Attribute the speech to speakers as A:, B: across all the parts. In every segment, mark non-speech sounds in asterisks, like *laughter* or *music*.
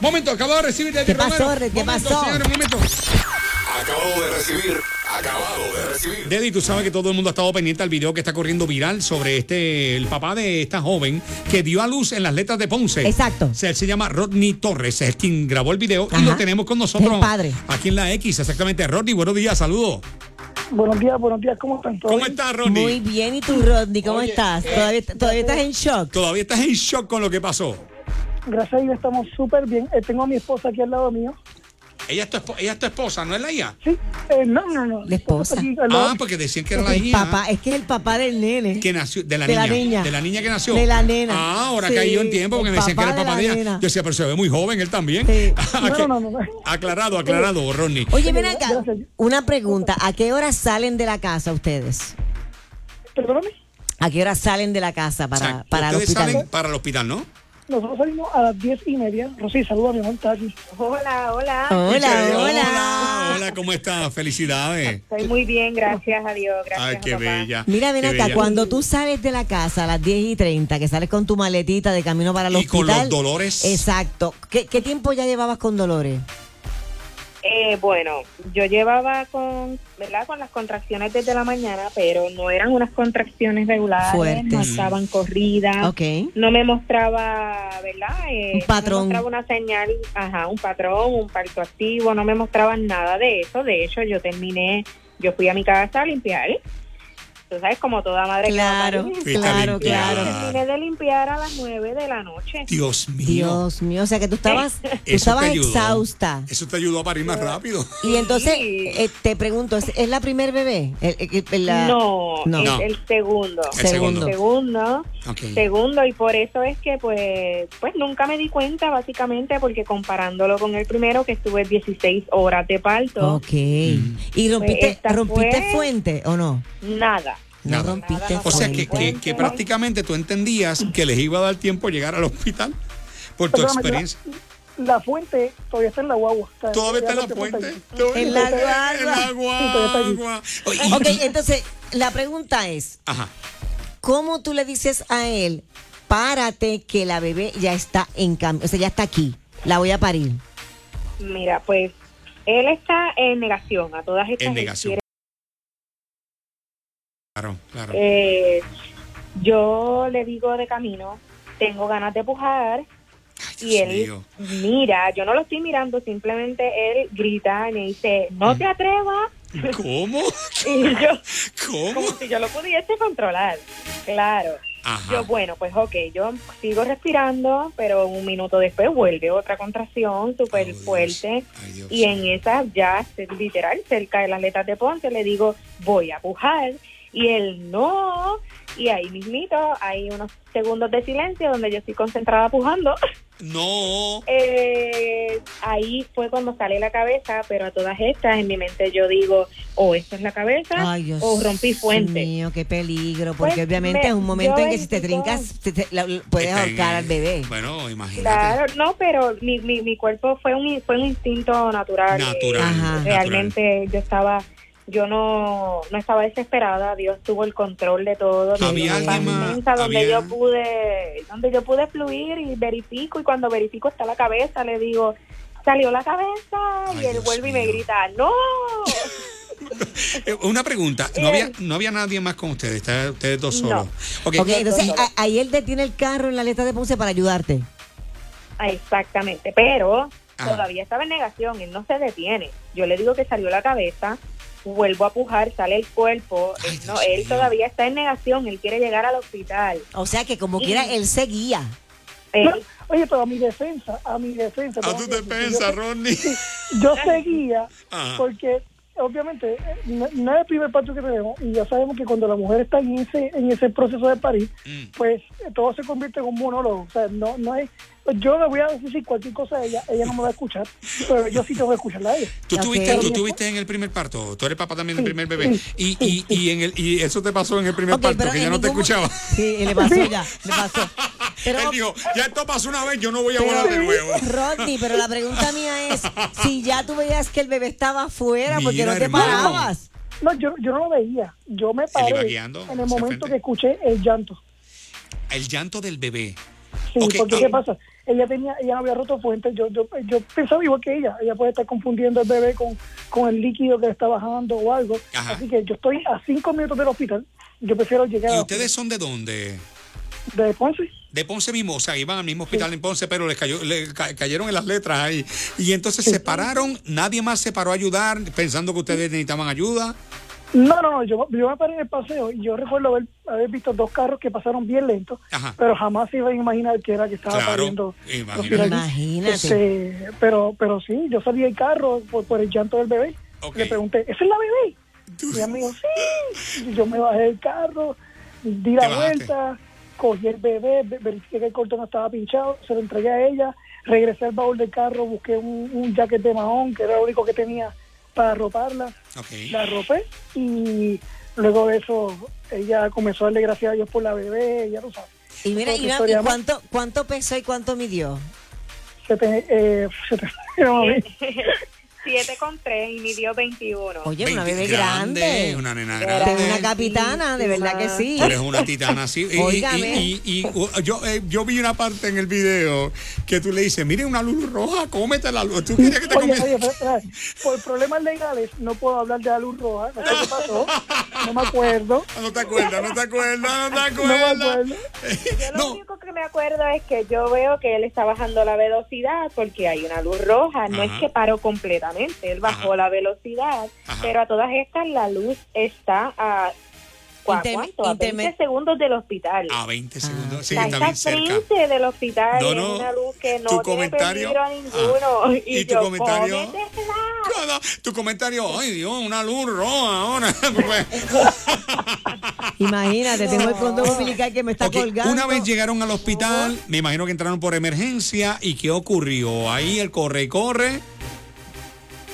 A: Momento, acabo de recibir de
B: ¿Qué
A: Eddie
B: pasó,
A: Romero.
B: Red? ¿Qué
A: Momento,
B: pasó?
A: señores, momento.
C: Acabado de recibir, acabado de recibir.
A: Deddy, tú sabes que todo el mundo ha estado pendiente al video que está corriendo viral sobre este el papá de esta joven que dio a luz en las letras de Ponce.
B: Exacto.
A: Se, él se llama Rodney Torres, es quien grabó el video y
B: Ajá.
A: lo tenemos con nosotros.
B: El padre.
A: Aquí en la X, exactamente. Rodney, buenos días, saludos.
D: Buenos días, buenos días, ¿cómo están todos?
A: ¿Cómo estás, Rodney?
B: Muy bien, ¿y tú, Rodney? ¿Cómo estás?
A: eh,
B: ¿Todavía, ¿Todavía estás en shock?
A: Todavía estás en shock con lo que pasó.
D: Gracias a Dios estamos súper bien. Eh, tengo a mi esposa aquí al lado mío.
A: Ella es tu, esp- ella es tu esposa, ¿no es la hija?
D: Sí, eh, no, no, no.
B: La esposa.
D: Aquí al lado.
A: Ah, porque decían que era la
B: El
A: hija.
B: papá, es que es el papá del nene.
A: que nació de la,
B: De
A: niña,
B: la niña.
A: de la niña que nació
B: De la nena.
A: ah ahora
B: Sí,
A: caí yo en tiempo porque
B: el
A: me decían que era
B: papá
A: papá
B: de
A: de
B: la
A: ella
B: nena.
A: yo decía pero se ve muy joven él también *laughs*
B: Sí.
A: Ok.
D: No, no, no, no.
A: aclarado aclarado Ronnie
B: Oye, ven acá.
D: Gracias.
B: Una pregunta. ¿A qué hora salen de la casa ustedes?
D: Perdóname.
B: ¿A qué hora salen de la casa
A: O
B: para,
A: sea,
B: para el
A: ustedes
B: hospital?
A: salen para el hospital no
D: Nosotros salimos a las diez y media. Rosy, saluda a mi amor, está aquí.
E: Hola, hola.
B: Hola,
A: Michelle,
B: hola.
A: hola cómo estás felicidades
E: Estoy muy bien, gracias a Dios. Gracias
A: ay qué
E: papá.
A: bella
B: Mira, ven
A: qué
B: acá,
A: bella.
B: cuando tú sales de la casa a las 10 y 30, que sales con tu maletita de camino para el
A: Y con
B: hospital.
A: los dolores.
B: Exacto. ¿Qué, qué tiempo ya llevabas con dolores?
E: Eh, bueno, yo llevaba con, ¿verdad? con las contracciones desde la mañana, pero no eran unas contracciones regulares, no
B: Fuertes.
E: estaban corridas,
B: Ok.
E: no me mostraba, ¿verdad? Eh,
B: Un
E: no me
B: patrón.
E: mostraba una señal, ajá, un patrón, un parto activo, no me mostraban nada de eso. De hecho, yo terminé, yo fui a mi casa a limpiar. Tú sabes, como toda madre que va a
B: Claro,
E: parir.
A: Fuiste a
B: claro,
A: limpiar.
B: claro.
E: Terminé de limpiar a las 9 de la noche.
A: Dios mío
B: Dios mío, o sea que tú estabas, tú
A: eso
B: estabas
A: te ayudó.
B: exhausta.
A: eso te ayudó a parir más rápido
B: Y entonces,
E: Sí.
B: eh, te pregunto, ¿es, es la primer bebé? El- el- el- la-
E: No,
B: No.
E: es
A: No.
E: el segundo.
A: El segundo.
E: Segundo,
A: Ok.
E: segundo, y por eso es que pues, pues nunca me di cuenta básicamente porque comparándolo con el primero que estuve 16 horas de parto,
B: Ok.
A: Mm.
B: ¿Y
E: Pues
B: rompiste,
E: esta
B: rompiste
E: fue-
B: fuente o no?
E: nada.
B: No
A: Nada.
B: rompiste
E: Nada,
A: O sea
B: fuente.
A: que, que- que prácticamente tú entendías que les iba a dar tiempo llegar al hospital por tu
D: Perdóname,
A: experiencia.
D: La, la fuente todavía está en la guagua. O sea,
A: Todavía está en la
D: ya se
A: puente.
D: ahí.
B: En la guagua.
A: En la guagua. Oye, y-
B: Ok,
E: eh.
B: entonces, la pregunta es,
A: Ajá.
B: ¿cómo tú le dices a él, párate que la bebé ya está en cambio, o sea, ya está aquí, la voy a parir?
E: Mira, pues él está en negación a todas estas
A: En negación. Claro, claro.
E: Eh, yo le digo de camino, tengo ganas de pujar.
A: Dios
E: Y él
A: mío.
E: mira, yo no lo estoy mirando, simplemente él grita y me dice, no
A: Mm.
E: te atrevas. *laughs*
A: ¿Cómo?
E: Y yo, como
A: ¿Cómo?
E: si *laughs* yo lo pudiese controlar. Claro.
A: Ajá.
E: Yo, bueno, pues ok, yo sigo respirando, pero un minuto después vuelve otra contracción
A: Ay,
E: súper
A: Oh, Dios.
E: fuerte.
A: Ay, Dios.
E: Y en esa ya, se- literal, cerca de las letras de Ponce, le digo, voy a pujar. Y él, no. Y ahí mismito hay unos segundos de silencio donde yo estoy concentrada pujando. *laughs*
A: No.
E: Eh, ahí fue cuando sale la cabeza, pero a todas estas en mi mente yo digo, o esto es la cabeza,
B: Ay, Dios
E: Ah, o rompí fuente.
B: mío, qué peligro, porque
E: Pues,
B: obviamente
E: me-
B: es un momento
E: yo
B: en que si te
E: verifico-
B: trincas, te- te- la- puedes
A: Está en-
B: ahorcar al bebé.
A: Bueno, imagínate.
E: Claro, no, pero mi, mi, mi cuerpo fue un fue un instinto natural. eh,
A: Natural.
B: Ajá.
A: natural.
E: Realmente yo estaba yo no no estaba desesperada, Dios tuvo el control de todo, de
A: Había
E: mi
A: alguien más,
E: panza, donde
A: había-
E: yo pude donde yo pude fluir y verifico y cuando verifico está la cabeza, le digo, salió la cabeza
A: Ay,
E: y él
A: Dios
E: vuelve y me
A: mío.
E: grita, "No."
A: Eh, Una pregunta. No había, no había nadie más con ustedes. Estaban ustedes dos solos.
E: No.
A: Ok.
B: Ok, entonces a- ahí él detiene el carro en la letra de Ponce para ayudarte.
E: Ah, Exactamente, pero
A: Ajá.
E: todavía estaba en negación, él no se detiene. Yo le digo que salió la cabeza, vuelvo a pujar, sale el cuerpo,
A: Ay,
E: él,
A: Dios
E: no, él
A: mío.
E: todavía está en negación, él quiere llegar al hospital.
B: O sea que como quiera, él seguía.
E: Él-
D: No, oye, pero a mi defensa, a mi defensa.
A: A
D: tengo
A: tu
D: que decir,
A: defensa,
D: yo-
A: Ronnie.
D: Yo seguía
A: Ajá.
D: porque obviamente eh, no, no es el primer parto que tenemos y ya sabemos que cuando la mujer está en ese, en ese proceso de parir,
A: Mm.
D: pues eh, todo se convierte en un monólogo. O sea, no, no es, yo le voy a decir cualquier cosa a ella, ella no me va a escuchar, pero yo sí tengo que escucharla a ella.
A: Tú
B: Ok.
A: estuviste, tú estuviste en el primer parto, tú eres papá también del primer bebé. Y, y, y, en el, y eso te pasó en el primer
B: Ok,
A: parto, que
B: en
A: ya no te
B: ningún mo-
A: escuchaba. *laughs*
B: Sí, le pasó ya, le pasó. *laughs* Pero,
A: Él dijo, ya esto pasó una vez, yo no voy a
B: pero-
A: volar de nuevo.
B: Rodney, pero la pregunta mía es, si ya tú veías que el bebé estaba afuera, porque
A: Mira,
B: no te
A: hermano.
B: parabas?
D: No, yo, yo no lo veía, yo me
A: iba
D: paré
A: guiando
D: en
A: hacia
D: el
A: el
D: momento
A: frente.
D: que escuché el llanto.
A: El llanto del bebé.
D: Sí,
A: Ok,
D: porque
A: ah.
D: ¿qué pasa? ella tenía, ella no había roto fuentes, yo, yo, yo pensaba igual que ella, ella puede estar confundiendo el bebé con, con el líquido que le está bajando o algo,
A: Ajá.
D: así que yo estoy a cinco minutos del hospital, yo prefiero llegar
A: ¿Y
D: a-
A: ustedes son de dónde?
D: de Ponce,
A: De Ponce mismo, o sea, iban al mismo hospital en Ponce, pero les cayó, le ca- cayeron en las letras ahí. Y entonces se pararon, nadie más se paró a ayudar, pensando que ustedes necesitaban ayuda.
D: no, no, no, yo, yo me paré en el paseo y yo recuerdo haber, haber visto dos carros que pasaron bien lentos,
A: Ajá.
D: pero jamás se iba a imaginar que era que estaba
A: Claro,
D: pariendo
A: imagínate.
B: Imagínate.
D: Este, pero, pero sí, yo salí del carro por, por el llanto del bebé.
A: Ok.
D: Le pregunté, ¿esa es la bebé? Y ella me dijo, sí. Y yo me bajé del carro, di
A: Te
D: la
A: bajaste.
D: vuelta, cogí el bebé, ve- verifiqué que el corto no estaba pinchado, se lo entregué a ella, regresé al baúl del carro, busqué un, un jacket de mahón, que era lo único que tenía para arroparla.
A: Ok.
D: La arropé y luego de eso ella comenzó a darle gracias a Dios por la bebé, ya lo sabes.
B: Y mira,
D: Otra
B: y, una-
D: historia
B: y
D: más.
B: cuánto, cuánto pesó y cuánto midió?
D: Se te, eh, se te-
E: Siete con tres y midió 21.
B: Oye, una
A: 20
B: bebé grande.
A: Una nena
E: Grande.
B: Te ve
A: grande.
B: una capitana, de verdad que sí.
A: Tú eres una titana así. Y, y-
B: Óigame.
A: y- y- y, uh, yo, eh, yo vi una parte en el video que tú le dices, miren una luz roja, cómete la luz. ¿Tú quieres que te
D: *laughs* Oye,
A: comiera?
D: oye, pero, espera, por problemas legales no puedo hablar de la luz roja, no sé qué pasó, no me
A: *laughs*
D: acuerdo.
A: Ah, No te acuerdas, no te acuerdas, no te
D: No me
A: acuerdas.
D: acuerdo.
E: Yo lo
A: No.
E: único que me acuerdo es que yo veo que él está bajando la velocidad porque hay una luz roja. No
A: Ajá.
E: es que paró completamente, él bajó
A: Ajá.
E: la velocidad,
A: Ajá.
E: pero a todas estas la luz está a, ¿cu-
B: Interme-
E: ¿cuánto? A
B: interme-
E: 20 segundos del hospital.
A: A 20 segundos. Sí,
E: O sea,
A: está
E: está
A: bien cerca.
E: frente del hospital,
A: No,
E: es
A: no,
E: una luz que
A: tu
E: no tiene
A: comentario-
E: peligro a ninguno.
A: Ah,
E: y
A: y tu
E: yo,
A: comentario-
E: "Cómetela".
A: No, no, Tu comentario, ay Dios, una luz roja ahora. *laughs*
B: Imagínate, tengo el condón umbilical que me está
A: Ok,
B: colgando.
A: Una vez llegaron al hospital, me imagino que entraron por emergencia. ¿Y qué ocurrió? Ahí el corre y corre.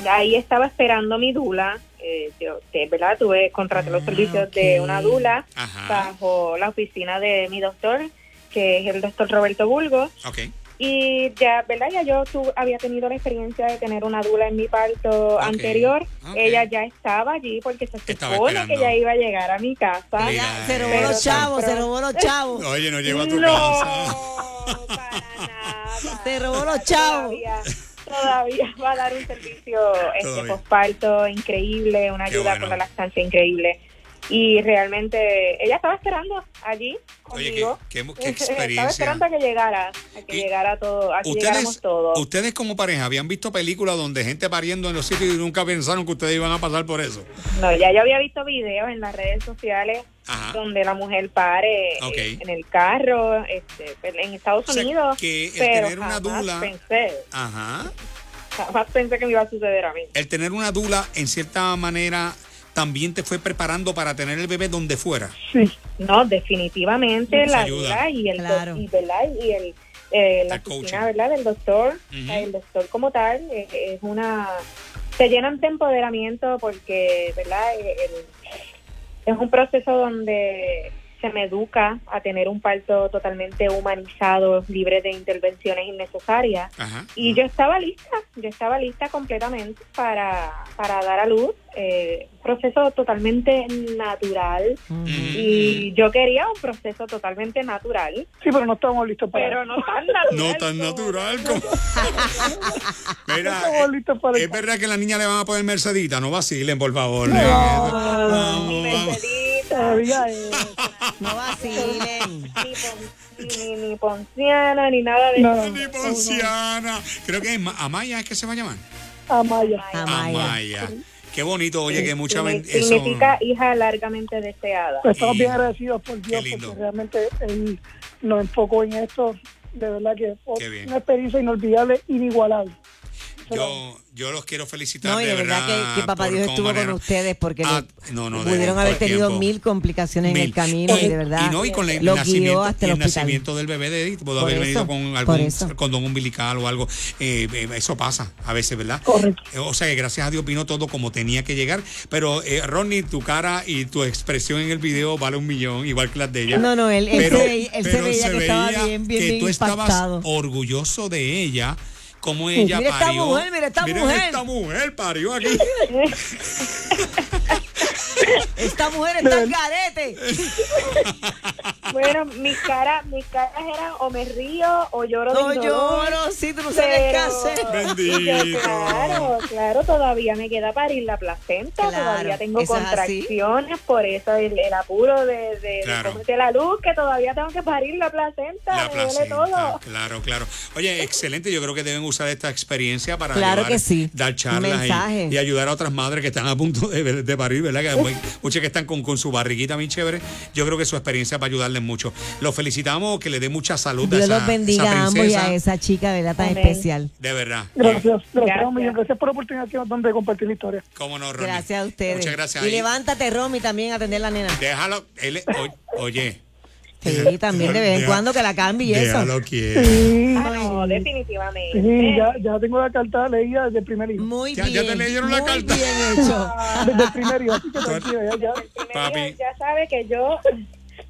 E: ahí estaba esperando mi dula. eh, yo, de verdad, tuve, contraté los
B: Ah,
E: servicios de
B: ok.
E: una dula
A: Ajá.
E: bajo la oficina de mi doctor, que es el doctor Roberto Bulgo.
A: Ok.
E: Y ya, ¿verdad? Ya yo tu- había tenido la experiencia de tener una dula en mi parto anterior.
A: ok.
E: Ella ya estaba allí porque se
A: Estaba
E: supone que
A: esperando.
E: ella iba a llegar a mi casa.
A: Mira.
B: Ya, se robó
E: Pero
B: los chavos, se
E: tan
B: robó los chavos.
A: Oye, no llegó a tu casa.
E: No, para nada.
B: Te robó los chavos.
E: Todavía, todavía va a dar un servicio este
A: Todavía.
E: posparto increíble, una
A: Qué
E: ayuda
A: bueno.
E: con la lactancia increíble. Y realmente ella estaba esperando allí
A: Oye,
E: conmigo.
A: qué- qué- qué
E: *laughs* estaba
A: experiencia.
E: esperando a que llegara, a que
A: Y-
E: llegara todo, a que llegáramos
A: Ustedes,
E: todos.
A: ustedes como pareja habían visto películas donde gente pariendo en los sitios y nunca pensaron que ustedes iban a pasar por eso.
E: No, ya yo había visto videos en las redes sociales
A: Ajá.
E: donde la mujer pare eh,
A: Ah. Ok.
E: en el carro, este, en Estados
A: O sea,
E: Unidos.
A: que el
E: pero
A: tener una
E: jamás
A: dula-
E: pensé,
A: Ajá.
E: jamás pensé que me iba a suceder a mí.
A: El tener una dula, en cierta manera, también te fue preparando para tener el bebé donde fuera.
D: Sí,
E: No, definitivamente
A: Nos
E: la
A: ayuda.
E: ayuda y el,
B: Claro.
E: y, ¿verdad? y el, eh, la
A: El coaching.
E: oficina ¿verdad? del doctor,
A: Ujú.
E: el doctor como tal, eh, es una... Te llenan de empoderamiento porque ¿verdad? Eh, el- es un proceso donde se me educa a tener un parto totalmente humanizado, libre de intervenciones innecesarias.
A: Ajá.
E: Y yo estaba lista, yo estaba lista completamente para, para dar a luz, eh, un proceso totalmente natural,
A: Mm.
E: y yo quería un proceso totalmente natural,
D: sí, pero no estábamos listos para
E: pero no tan natural.
A: No tan
E: como-
A: natural como.
D: No
A: Mira,
D: estábamos listos para
A: es verdad que la niña le van a poner mercedita, no vacilen, por favor.
E: Ah,
A: Vamos,
E: ni
A: vamos.
E: Mercedita,
D: Todavía eh,
B: No vacilen.
E: ni pon- ni, ni ponciana, ni nada de
D: No.
E: eso.
A: Ni Ponciana. Creo que es Ma- Amaya, ¿es que se va a llamar?
D: Amaya.
B: Amaya.
A: Amaya. Qué bonito, oye, que mucha
E: Signi-
A: men- eso-
E: Significa hija largamente deseada.
D: Pues Estamos
A: Y-
D: bien agradecidos por Dios
A: Qué lindo.
D: porque realmente él nos enfocó en esto. De verdad que fue
A: Qué bien.
D: una experiencia inolvidable, inigualable.
A: Yo, yo los quiero felicitar.
B: No, y de verdad que, que papá
A: por
B: Dios
A: cómo
B: estuvo con
A: manejaron.
B: ustedes porque
A: Ah,
B: le-
A: no, no, de-
B: pudieron
A: todo
B: haber
A: el
B: tenido
A: tiempo.
B: mil complicaciones en
A: Mil.
B: el camino y,
A: Oye,
B: de verdad
A: Y no, y con la- el,
B: los guió
A: nacimiento,
B: hasta
A: y
B: el
A: el
B: hospital.
A: nacimiento del bebé de Edith, pudo
B: Por
A: haber venido
B: eso,
A: con
B: por
A: algún
B: eso.
A: condón umbilical o algo. Eh, eh, eso pasa a veces, ¿verdad?
D: Correcto.
A: Eh, O sea, que gracias a Dios vino todo como tenía que llegar. Pero, eh, Ronnie, tu cara y tu expresión en el video vale un millón, igual que las de ella.
B: No, no, él- él se
A: Pero-
B: veía- él se
A: pero
B: veía que estaba bien, bien,
A: que
B: bien
A: tú
B: impactado.
A: estabas orgulloso de ella. Como ella
B: mira esta
A: parió.
B: mujer, mira esta
A: Miren
B: mujer.
A: esta mujer parió
B: *laughs*
A: aquí.
B: Esta mujer está en garete.
E: Bueno, mis caras, mis caras eran o me río o lloro
B: No
E: de dolor.
B: lloro, sí, tú no sabes qué hacer.
A: *laughs* Bendito.
E: Claro, claro, todavía me queda parir la placenta,
B: Claro,
E: todavía tengo
B: eso es así.
E: contracciones, por eso el, el apuro de, de, de
A: Claro.
E: comerte la luz, que todavía tengo que parir la placenta,
A: La
E: me duele
A: placenta,
E: todo.
A: claro, claro. Oye, excelente. Yo creo que deben usar esta experiencia para
B: Claro
A: llevar-
B: que sí.
A: dar charlas
B: Mensaje.
A: y, y ayudar a otras madres que están a punto de, de parir, ¿verdad? Que muy- muchas que están con, con su barriguita bien chévere. Yo creo que su experiencia va a ayudarles mucho. Los felicitamos, que le dé mucha salud a
B: Dios
A: esa,
B: los bendiga
A: esa
B: a ambos y
A: princesa.
B: a esa chica, ¿verdad? Tan
E: Amén.
B: especial.
A: De verdad.
D: Gracias, gracias,
E: Gracias.
D: un millón. gracias por la oportunidad que nos dan de compartir la historia.
A: ¿Cómo no, Ronnie?
B: Gracias a ustedes.
A: Muchas gracias.
B: Y
A: Ahí-
B: levántate, Romy, también a atender a la nena.
A: Déjalo. él- o- oye.
B: Sí, también de vez en
A: Deja-
B: cuando que la cambie y eso.
A: Déjalo quieto.
E: Ah, no, definitivamente.
D: Sí, ya, ya tengo la carta leída desde el primer hijo.
B: Muy
A: Ya-
B: bien.
A: ya te leyeron la
B: muy
A: carta.
B: bien hecho.
A: *laughs*
D: Desde el primer hijo, así que tranquila, ya, ya.
E: El primer
A: Papi.
E: día Ya sabe que yo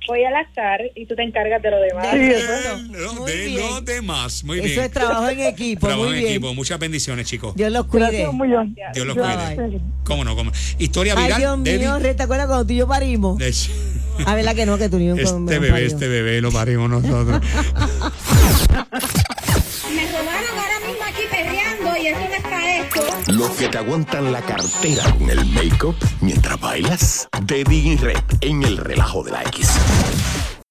E: voy al azar y tú te encargas de lo demás.
D: Sí,
A: De,
D: eso.
B: Muy
A: de
B: bien.
A: los demás. Muy bien.
B: Eso es trabajo en equipo.
A: Trabajo
B: muy
A: en
B: bien.
A: equipo. Muchas bendiciones, chicos.
B: Dios los
D: Gracias
B: cuide.
D: un millón.
A: Dios los
B: Bye,
A: cuide. ¿Cómo no? ¿Cómo? no? Historia viral.
B: Ay, Dios
A: Debbie.
B: mío, Rey, ¿te acuerdas cuando tú y yo parimos?
A: De- *laughs*
B: A ver, la que no, que tú ni un un
A: Este bebé,
B: parió.
A: este bebé lo parimos nosotros.
F: Me robaron ahora mismo aquí perreando y eso no está hecho.
C: Los que te aguantan la cartera con el make-up mientras bailas. Deddy Red en el relajo de la X.